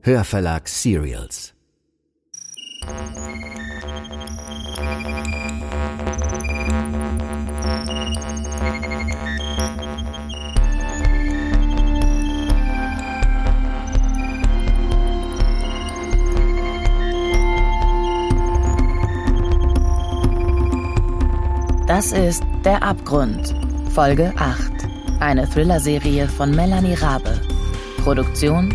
Hörverlag Serials. Das ist Der Abgrund, Folge 8. Eine Thriller-Serie von Melanie Rabe. Produktion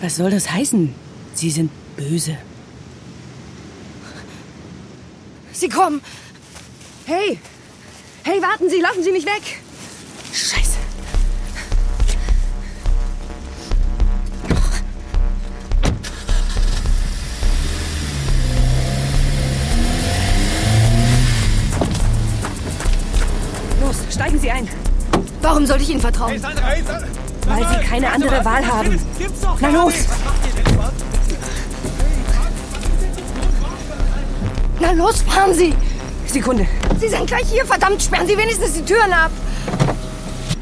Was soll das heißen? Sie sind böse. Sie kommen! Hey! Hey, warten Sie! Laufen Sie nicht weg! Scheiße. Los, steigen Sie ein! Warum sollte ich Ihnen vertrauen? Sandra, hey, Sandra. Weil Sie keine andere Wahl haben. Gibt's doch Na gar los. nicht. Was macht ihr denn überhaupt? Na los, fahren Sie! Sekunde. Sie sind gleich hier, verdammt! Sperren Sie wenigstens die Türen ab!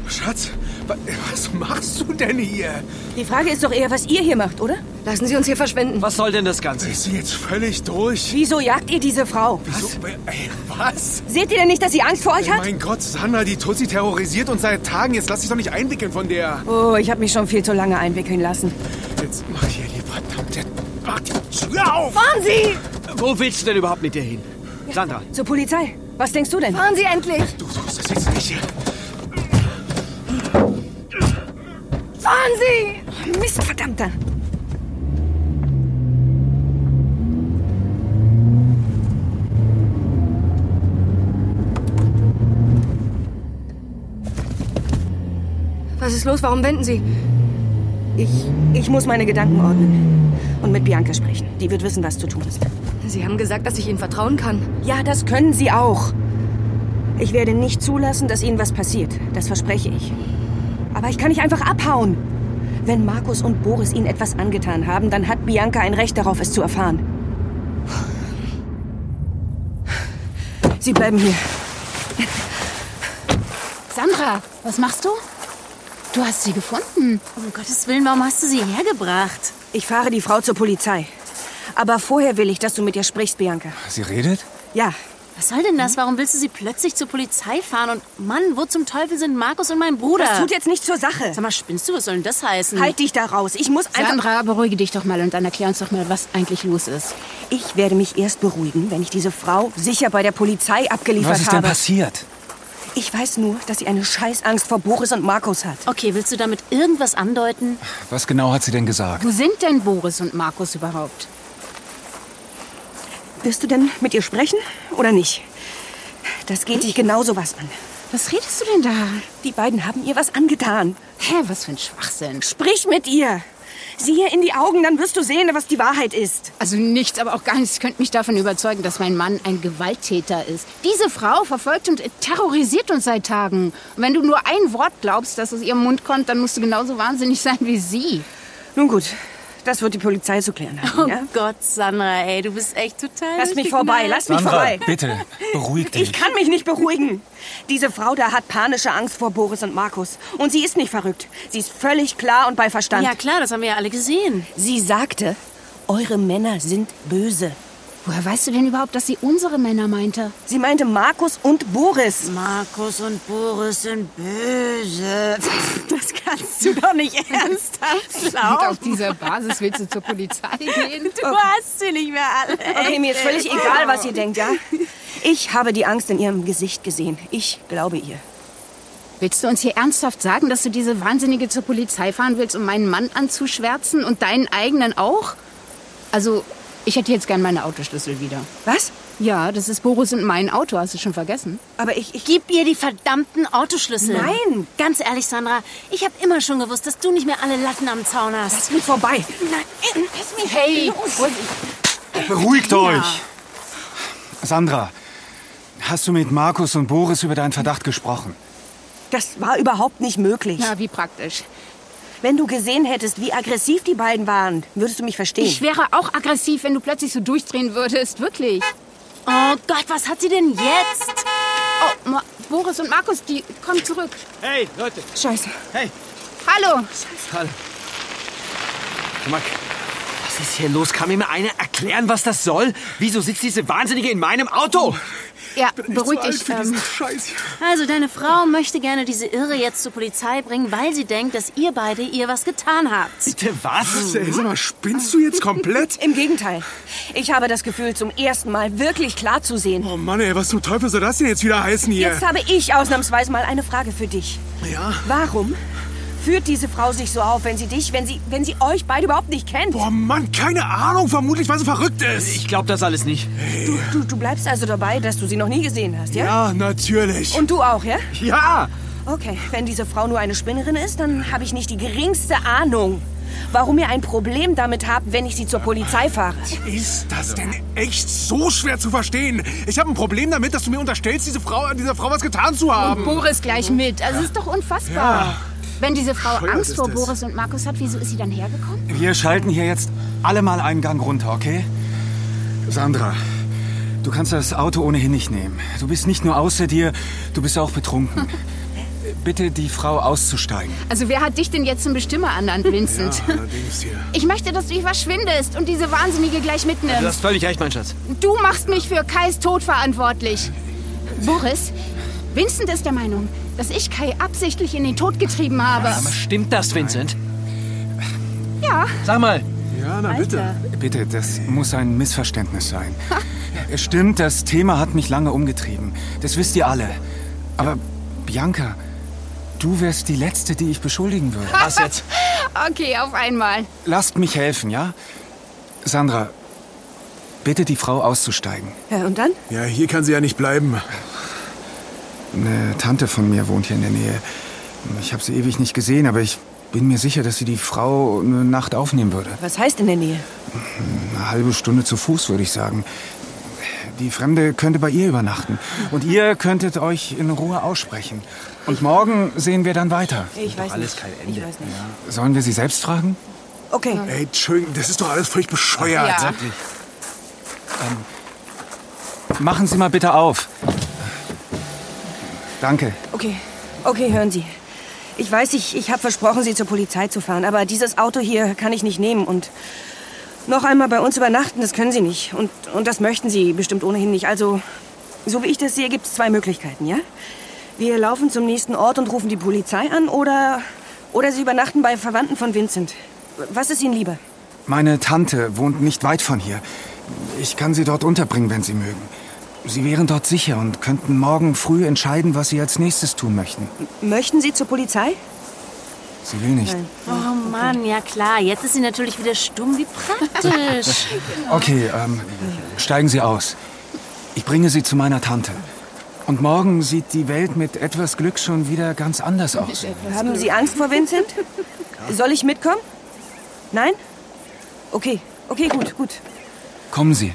Schatz, wa- was machst du denn hier? Die Frage ist doch eher, was ihr hier macht, oder? Lassen Sie uns hier verschwinden. Was soll denn das Ganze? Ist sie jetzt völlig durch? Wieso jagt ihr diese Frau? Wieso? Ey, was? Seht ihr denn nicht, dass sie Angst vor euch hat? Mein Gott, Sandra, die Tussi terrorisiert uns seit Tagen. Jetzt lass dich doch nicht einwickeln von der. Oh, ich habe mich schon viel zu lange einwickeln lassen. Jetzt mach hier die verdammte. Mach die Tür auf! Fahren Sie! Wo willst du denn überhaupt mit dir hin? Sandra, Zur Polizei. Was denkst du denn? Fahren Sie endlich! Du tust das jetzt nicht hier. Fahren Sie! Mist, verdammter. Was ist los? Warum wenden Sie? Ich, ich muss meine Gedanken ordnen. Und mit Bianca sprechen. Die wird wissen, was zu tun ist. Sie haben gesagt, dass ich Ihnen vertrauen kann. Ja, das können sie auch. Ich werde nicht zulassen, dass ihnen was passiert. Das verspreche ich. Aber ich kann nicht einfach abhauen. Wenn Markus und Boris ihnen etwas angetan haben, dann hat Bianca ein Recht darauf, es zu erfahren. Sie bleiben hier. Sandra, was machst du? Du hast sie gefunden. Um Gottes Willen, warum hast du sie hergebracht? Ich fahre die Frau zur Polizei. Aber vorher will ich, dass du mit ihr sprichst, Bianca. Sie redet? Ja, Was soll denn das? Warum willst du sie plötzlich zur Polizei fahren? Und Mann, wo zum Teufel sind Markus und mein Bruder? Ah. das tut jetzt nicht zur Sache. Sag mal, spinnst du? Was soll denn das heißen? Halt dich da raus. Ich muss einfach... Sandra, beruhige dich doch mal und dann erklär uns doch mal, was eigentlich los ist. Ich werde mich erst beruhigen, wenn ich diese Frau sicher bei der Polizei abgeliefert habe. passiert? Ich weiß nur, dass sie eine Scheißangst vor Boris und Markus hat. Okay, willst du damit irgendwas andeuten? Was genau hat sie denn gesagt? Wo sind denn Boris und Markus überhaupt? Wirst du denn mit ihr sprechen oder nicht? Das geht dich genauso was an. Was redest du denn da? Die beiden haben ihr was angetan. Hä, was für ein Schwachsinn. Sprich mit ihr. Sieh ihr in die Augen, dann wirst du sehen, was die Wahrheit ist. Also nichts, aber auch gar nichts könnte mich davon überzeugen, dass mein Mann ein Gewalttäter ist. Diese Frau verfolgt und terrorisiert uns seit Tagen. Und wenn du nur ein Wort glaubst, das aus ihrem Mund kommt, dann musst du genauso wahnsinnig sein wie sie. Nun gut, das wird die Polizei zu klären haben. Oh ja? Gott, Sandra, ey, du bist echt total. Lass mich vorbei, lass mich vorbei. bitte, beruhig Ich kann mich nicht beruhigen. Diese Frau da hat panische Angst vor Boris und Markus. Und sie ist nicht verrückt. Sie ist völlig klar und bei Verstand. Ja, klar, das haben wir ja alle gesehen. Sie sagte, eure Männer sind böse. Woher weißt du denn überhaupt, dass sie unsere Männer meinte? Sie meinte Markus und Boris. Markus und Boris sind böse. Äh, Das kannst du doch nicht ernsthaft Und auf dieser Basis willst du zur Polizei gehen? Du hast sie nicht mehr alle. Okay, mir ist völlig egal, was ihr denkt, ja? Ich habe die Angst in ihrem Gesicht gesehen. Ich glaube ihr. Willst du uns hier ernsthaft sagen, dass du diese Wahnsinnige zur Polizei fahren willst, um meinen Mann anzuschwärzen und deinen eigenen auch? Also, ich hätte jetzt gern meine Autoschlüssel wieder. Was? Ja, das ist Boris und mein Auto, hast du schon vergessen? Aber ich, ich... Gib ihr die verdammten Autoschlüssel. Nein. Ganz ehrlich, Sandra, ich habe immer schon gewusst, dass du nicht mehr alle Latten am Zaun hast. Lass mich vorbei. Nein, lass mich Hey, Beruhigt euch! Sandra, hast du mit Markus und Boris über deinen Verdacht gesprochen? Das war überhaupt nicht möglich. na, wie praktisch. Wenn du gesehen hättest, wie aggressiv die beiden waren, würdest du mich Oh. verstehen. Ich wäre auch aggressiv, wenn du plötzlich so durchdrehen würdest, wirklich. Oh Gott, was hat sie denn jetzt? Oh, Ma Boris und Markus, die kommen zurück. Hey, Leute! Scheiße. Hallo. Hallo. Mark, was ist hier los? Kann mir mal einer erklären, was das soll? Wieso sitzt diese Wahnsinnige in meinem Auto? Ja, Bin ich beruhigt zu alt dich. für diesen Ähm, Scheiß hier. Also, deine Frau möchte gerne diese Irre jetzt zur Polizei bringen, weil sie denkt, dass ihr beide ihr was getan habt. Bitte was? Ey, sag mal, spinnst du jetzt komplett? Im Gegenteil. Ich habe das Gefühl, zum ersten Mal wirklich klar zu sehen. Oh Mann, ey, was zum Teufel soll das denn jetzt wieder heißen hier? Jetzt habe ich ausnahmsweise mal eine Frage für dich. Ja? Warum führt diese Frau sich so auf, wenn sie dich, wenn sie, wenn sie euch beide überhaupt nicht kennt? Boah, Mann, keine Ahnung, vermutlich, weil sie verrückt ist. Ich glaube das alles nicht. Du, du, du bleibst also dabei, dass du sie noch nie gesehen hast, ja? ja, natürlich. Und du auch, ja? Ja! Okay, wenn diese Frau nur eine Spinnerin ist, dann habe ich nicht die geringste Ahnung, warum ihr ein Problem damit habt, wenn ich sie zur Polizei fahre. Ist das denn echt so schwer zu verstehen? Ich habe ein Problem damit, dass du mir unterstellst, diese Frau, an dieser Frau was getan zu haben. Ah. Boris gleich mit. Also, es ist doch unfassbar. Wenn diese Frau Bescheuert Angst ist vor das. Boris und Markus hat, wieso ist sie dann hergekommen? Wir schalten hier jetzt alle mal einen Gang runter, okay? Sandra, du kannst das Auto ohnehin nicht nehmen. Du bist nicht nur außer dir, du bist auch betrunken. Bitte die Frau auszusteigen. Also wer hat dich denn jetzt zum Bestimmer ernannt, Vincent? Allerdings hier. Ich möchte, dass du hier verschwindest und diese Wahnsinnige gleich mitnimmst. völlig recht, mein Schatz. Du machst mich für Kais Tod verantwortlich. Boris, Vincent ist der Meinung, dass ich Kai absichtlich in den Tod getrieben habe. Stimmt das, Vincent? Ja, Sag mal. Ja, na bitte. Bitte, das muss ein Missverständnis sein. Es stimmt, das Thema hat mich lange umgetrieben. Das wisst ihr alle. Aber Bianca, du wärst die Letzte, die ich beschuldigen würde. Was jetzt? okay, auf einmal. Lasst mich helfen, ja? Sandra, bitte die Frau auszusteigen. Ja, und dann? Ja, hier kann sie ja nicht bleiben. Eine Tante von mir wohnt hier in der Nähe. Ich habe sie ewig nicht gesehen, aber ich bin mir sicher, dass sie die Frau eine Nacht aufnehmen würde. Was heißt in der Nähe? Eine halbe Stunde zu Fuß, würde ich sagen. Die Fremde könnte bei ihr übernachten. Und ihr könntet euch in Ruhe aussprechen. Und morgen sehen wir dann weiter. Ich weiß alles nicht. kein Ende. Ich weiß nicht. Sollen wir sie selbst fragen? Okay. Ey, Entschuldigung, das ist doch alles völlig bescheuert. Ja. Machen Sie mal bitte auf. Danke. Okay, okay, hören Sie. Ich weiß, ich, ich habe versprochen, Sie zur Polizei zu fahren, aber dieses Auto hier kann ich nicht nehmen und noch einmal bei uns übernachten, das können Sie nicht. Und, und das möchten Sie bestimmt ohnehin nicht. Also, so wie ich das sehe, gibt es zwei Möglichkeiten, ja? Wir laufen zum nächsten Ort und rufen die Polizei an oder, oder Sie übernachten bei Verwandten von Vincent. Was ist Ihnen lieber? Meine Tante wohnt nicht weit von hier. Ich kann sie dort unterbringen, wenn Sie mögen. Sie wären dort sicher und könnten morgen früh entscheiden, was Sie als nächstes tun möchten. Möchten Sie zur Polizei? Sie will nicht. Oh Mann, ja klar. Jetzt ist sie natürlich wieder stumm. Wie praktisch. Okay, ähm, steigen Sie aus. Ich bringe Sie zu meiner Tante. Und morgen sieht die Welt mit etwas Glück schon wieder ganz anders aus. Haben Sie Angst vor Vincent? Soll ich mitkommen? Nein? Okay, okay, gut, gut. Kommen Sie.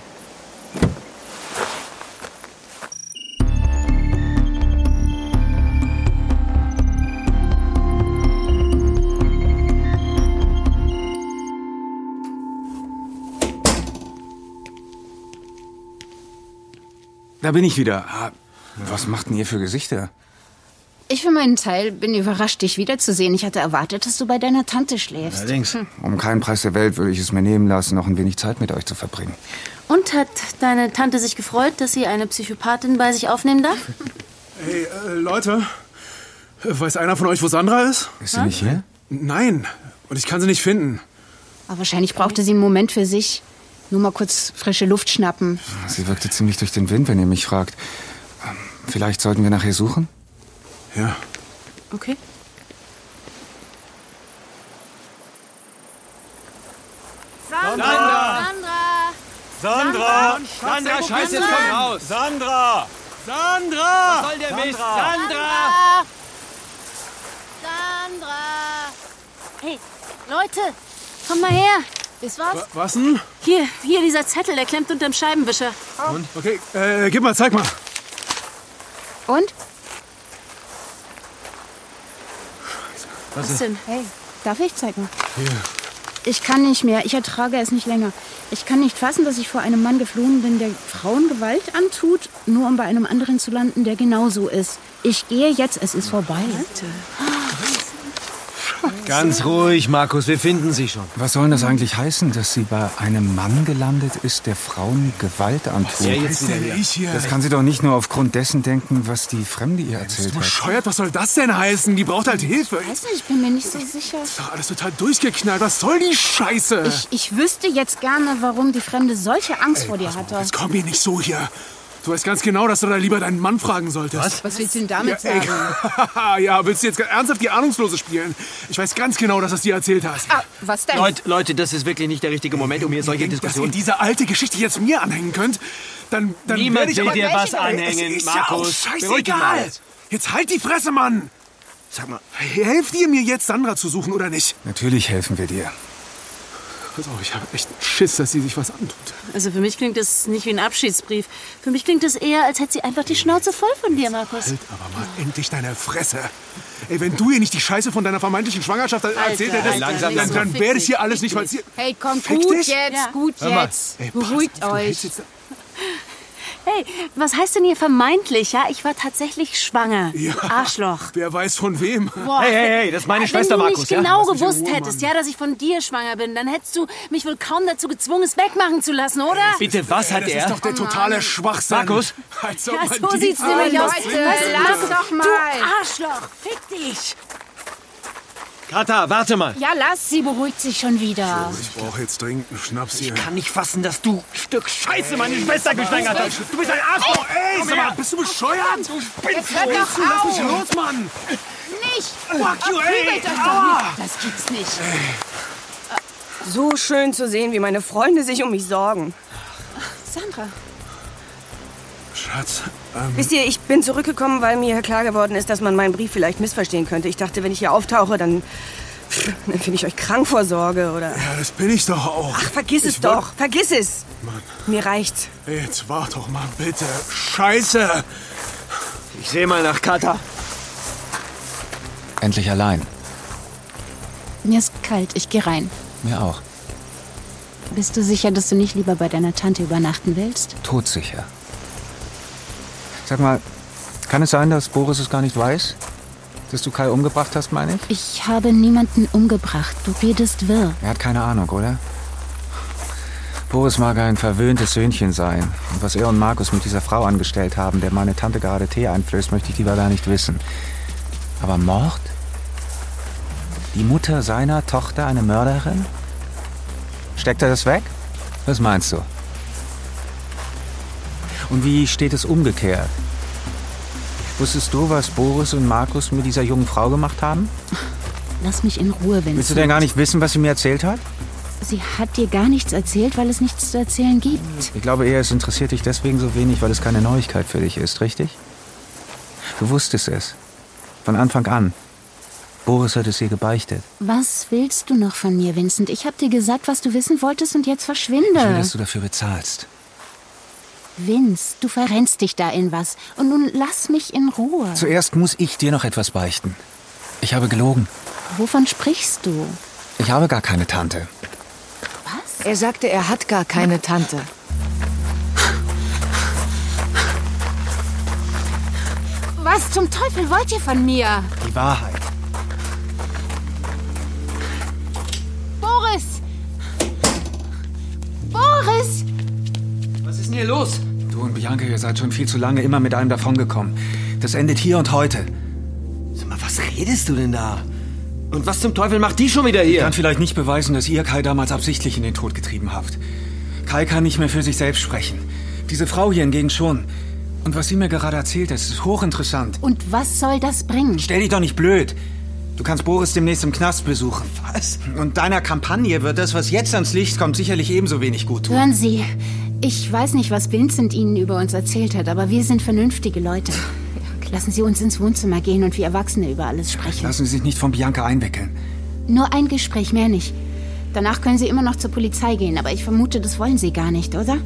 Da bin ich wieder. Ah, Was macht denn ihr für Gesichter? Ich für meinen Teil bin überrascht, dich wiederzusehen. Ich hatte erwartet, dass du bei deiner Tante schläfst. Allerdings. Um keinen Preis der Welt würde ich es mir nehmen lassen, noch ein wenig Zeit mit euch zu verbringen. Und hat deine Tante sich gefreut, dass sie eine Psychopathin bei sich aufnehmen darf? Ey, äh, Leute, weiß einer von euch, wo Sandra ist? Ist sie nicht hier? Nein, und ich kann sie nicht finden. Aber wahrscheinlich brauchte sie einen Moment für sich. Nur mal kurz frische Luft schnappen. Sie wirkte ziemlich durch den Wind, wenn ihr mich fragt. Ähm, Vielleicht sollten wir nach ihr suchen? Ja, Okay. Sandra! Sandra! Sandra! Sandra, scheiß jetzt komm raus! Sandra! Sandra! Was soll der Mist? Sandra! Sandra! Hey, Leute, komm mal her. Das war's. Was denn? Hier, hier, dieser Zettel, der klemmt unterm Scheibenwischer. Und? Okay, äh, gib mal, zeig mal. Und? Was, denn? Hey, darf ich zeigen? Hier. Ich kann nicht mehr. Ich ertrage es nicht länger. Ich kann nicht fassen, dass ich vor einem Mann geflohen bin, der Frauen Gewalt antut, nur um bei einem anderen zu landen, der genauso ist. Ich gehe jetzt. Es ist vorbei. Ganz ruhig, Markus, wir finden sie schon. Was soll denn das eigentlich heißen, dass sie bei einem Mann gelandet ist, der Frauen Gewalt antut? Was denn ich hier? Das kann sie doch nicht nur aufgrund dessen denken, was die Fremde ihr erzählt hat. Bescheuert, was soll das denn heißen? Die braucht halt Hilfe. Weiß nicht, ich bin mir nicht so sicher. Ist doch alles total durchgeknallt. Was soll die Scheiße? Ich, ich wüsste jetzt gerne, warum die Fremde solche Angst vor dir hatte. Jetzt komm mir nicht so hier. Du weißt ganz genau, dass du da lieber deinen Mann fragen solltest. Was willst du denn damit Ja, sagen? ey, ja, willst du jetzt ernsthaft die Ahnungslose spielen? Ich weiß ganz genau, dass du es dir erzählt hast. Ah, was denn? Leute, Leute, das ist wirklich nicht der richtige Moment, um hier solche Denkt, dass ihr Diskussionen... diese alte Geschichte jetzt mir anhängen könnt, dann, dann werde Niemand ich will aber- dir was es anhängen, ist Markus. Ja auch Beruhig dich mal scheißegal. jetzt. Jetzt halt die Fresse, Mann. Sag mal, Helft ihr mir jetzt, Sandra zu suchen oder nicht? Natürlich helfen wir dir. Pass auf, ich habe echt Schiss, dass sie sich was antut. Also für mich klingt das nicht wie ein Abschiedsbrief. Für mich klingt das eher, als hätte sie einfach die Schnauze voll von dir, Markus. Halt aber mal endlich deine Fresse. Ey, wenn du ihr nicht die Scheiße von deiner vermeintlichen Schwangerschaft erzählt Alter, hättest, langsam, dann, langsam. dann Fick wäre dich, das hier alles fick nicht dich. passiert. Hey, komm, Fick gut dich. jetzt, Ja. gut mal. jetzt. Ey, pass Beruhigt auf, du hältst euch. jetzt- Hey, was heißt denn hier vermeintlich, ja? Ich war tatsächlich schwanger. Ja. du Arschloch. Wer weiß von wem. Boah. Hey, hey, hey, das ist meine Wenn Schwester, du Markus, nicht ja? genau Lass mich in gewusst Ruhe, hättest, Mann. ja, dass ich von dir schwanger bin, dann hättest du mich wohl kaum dazu gezwungen, es wegmachen zu lassen, oder? bitte, was hat das er? ist doch der totale Schwachsinn. Markus? Als ob Oh Ja, man so die sieht's Art nämlich aus. und Leute, Weise- lass doch Du Ah, mal. Arschloch, fick dich! Kata, warte mal. Ja, lass, sie beruhigt sich schon wieder. Ich brauche jetzt dringend einen Schnaps hier. kann nicht fassen, dass du Stück Scheiße meine Schwester geschwängert hast. Du bist ein Arschloch. Ey, sag mal, bist du bescheuert? Du spinnst hör du? doch Lass mich auf. los, Mann. Nicht! Fuck you, ey. Prügelt euch doch nicht. Das gibt's nicht. So schön zu sehen, wie meine Freunde sich um mich sorgen. Sandra, Schatz, äh, Wisst ihr, ich bin zurückgekommen, weil mir klar geworden ist, dass man meinen Brief vielleicht missverstehen könnte. Ich dachte, wenn ich hier auftauche, dann, pff, dann finde ich euch krank vor Sorge oder... ja, das bin ich doch auch. Ach, vergiss es Ich wollt- doch. Vergiss es. Mann, Mir reicht's. ey, jetzt wart doch mal bitte. Scheiße. Ich sehe mal nach Kata. Endlich allein. mir ist kalt. Ich gehe rein. Mir auch. Bist du sicher, dass du nicht lieber bei deiner Tante übernachten willst? Todsicher. Sag mal, kann es sein, dass Boris es gar nicht weiß? Dass du Kai umgebracht hast, meine ich? Ich habe niemanden umgebracht. Du redest wirr. Er hat keine Ahnung, oder? Boris mag ein verwöhntes Söhnchen sein. Und was er und Markus mit dieser Frau angestellt haben, der meine Tante gerade Tee einflößt, möchte ich lieber gar nicht wissen. Aber Mord? Die Mutter seiner Tochter eine Mörderin? Steckt er das weg? Was meinst du? Und wie steht es umgekehrt? Wusstest du, was Boris und Markus mit dieser jungen Frau gemacht haben? Lass mich in Ruhe, Vincent. Willst du denn gar nicht wissen, was sie mir erzählt hat? Sie hat dir gar nichts erzählt, weil es nichts zu erzählen gibt. Ich glaube eher, es interessiert dich deswegen so wenig, weil es keine Neuigkeit für dich ist, richtig? Du wusstest es. Von Anfang an. Boris hat es ihr gebeichtet. Was willst du noch von mir, Vincent? Ich habe dir gesagt, was du wissen wolltest und jetzt Ich will, verschwinde. dass du dafür bezahlst. Vince, du verrennst dich da in was. Und nun lass mich in Ruhe. Zuerst muss ich dir noch etwas beichten. Ich habe gelogen. Wovon sprichst du? Ich habe gar keine Tante. Was? Er sagte, er hat gar keine Tante. Was zum Teufel wollt ihr von mir? Die Wahrheit. Boris! Boris! Was ist denn hier los? Du und Bianca, ihr seid schon viel zu lange immer mit einem davongekommen. Das endet hier und heute. Sag mal, was redest du denn da? Und was zum Teufel macht die schon wieder hier? Kann vielleicht nicht beweisen, dass ihr Kai damals absichtlich in den Tod getrieben habt. Kai kann nicht mehr für sich selbst sprechen. Diese Frau hier hingegen schon. Und was sie mir gerade erzählt hat, ist hochinteressant. Und was soll das bringen? Stell dich doch nicht blöd. Du kannst Boris demnächst im Knast besuchen. Was? Und deiner Kampagne wird das, was jetzt ans Licht kommt, sicherlich ebenso wenig gut tun. Hören Sie, ich weiß nicht, was Vincent Ihnen über uns erzählt hat, aber wir sind vernünftige Leute. Lassen Sie uns ins Wohnzimmer gehen und wir Erwachsene über alles sprechen. Lassen Sie sich nicht von Bianca einwickeln. Nur ein Gespräch, mehr nicht. Danach können Sie immer noch zur Polizei gehen, aber ich vermute, das wollen Sie gar nicht, oder?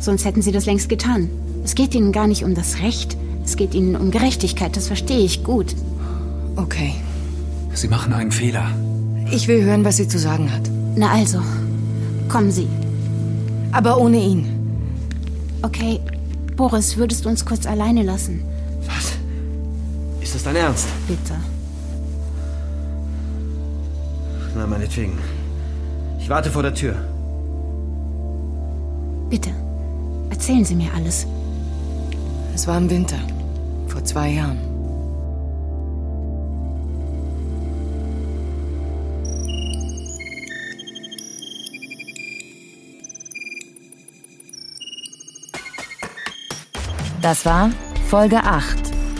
Sonst hätten Sie das längst getan. Es geht Ihnen gar nicht um das Recht. Es geht Ihnen um Gerechtigkeit, das verstehe ich gut. Okay. Sie machen einen Fehler. Ich will hören, was sie zu sagen hat. Na also, kommen Sie. Aber ohne ihn. Okay, Boris, würdest du uns kurz alleine lassen? Was? Ist das dein Ernst? Bitte. Na, meinetwegen. Ich warte vor der Tür. Bitte. Erzählen Sie mir alles. Es war im Winter. Vor zwei Jahren. Das war Folge 8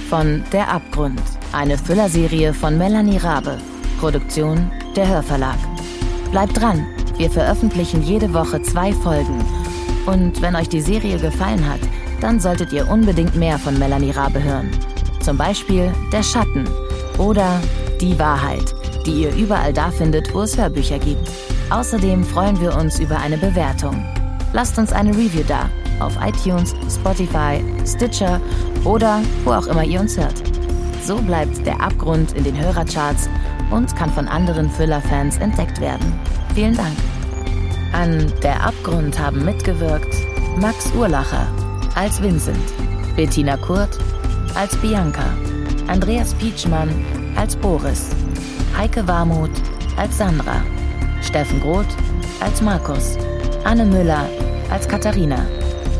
von Der Abgrund, eine Thriller-Serie von Melanie Rabe, Produktion der Hörverlag. Bleibt dran, wir veröffentlichen jede Woche zwei Folgen. Und wenn euch die Serie gefallen hat, dann solltet ihr unbedingt mehr von Melanie Rabe hören. Zum Beispiel Der Schatten oder Die Wahrheit, die ihr überall da findet, wo es Hörbücher gibt. Außerdem freuen wir uns über eine Bewertung. Lasst uns eine Review da auf iTunes, Spotify, Stitcher oder wo auch immer ihr uns hört. So bleibt der Abgrund in den Hörercharts und kann von anderen Thriller-Fans entdeckt werden. Vielen Dank. An Der Abgrund haben mitgewirkt Max Urlacher als Vincent, Bettina Kurt als Bianca, Andreas Pietschmann als Boris, Heike Warmuth als Sandra, Steffen Groth als Markus, Anne Müller als Katharina,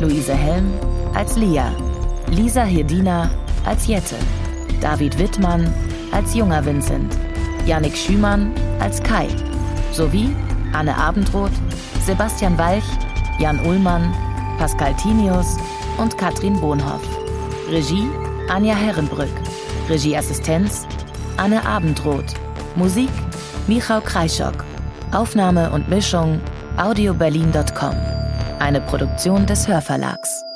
Luise Helm als Lia, Lisa Hirdina als Jette, David Wittmann als junger Vincent, Yannick Schümann als Kai, sowie Anne Abendroth, Sebastian Walch, Jan Ullmann, Pascal Tinius und Katrin Bohnhoff. Regie Anja Herrenbrück. Regieassistenz Anne Abendroth. Musik Michał Kreischock. Aufnahme und Mischung audioberlin.com. Eine Produktion des Hörverlags.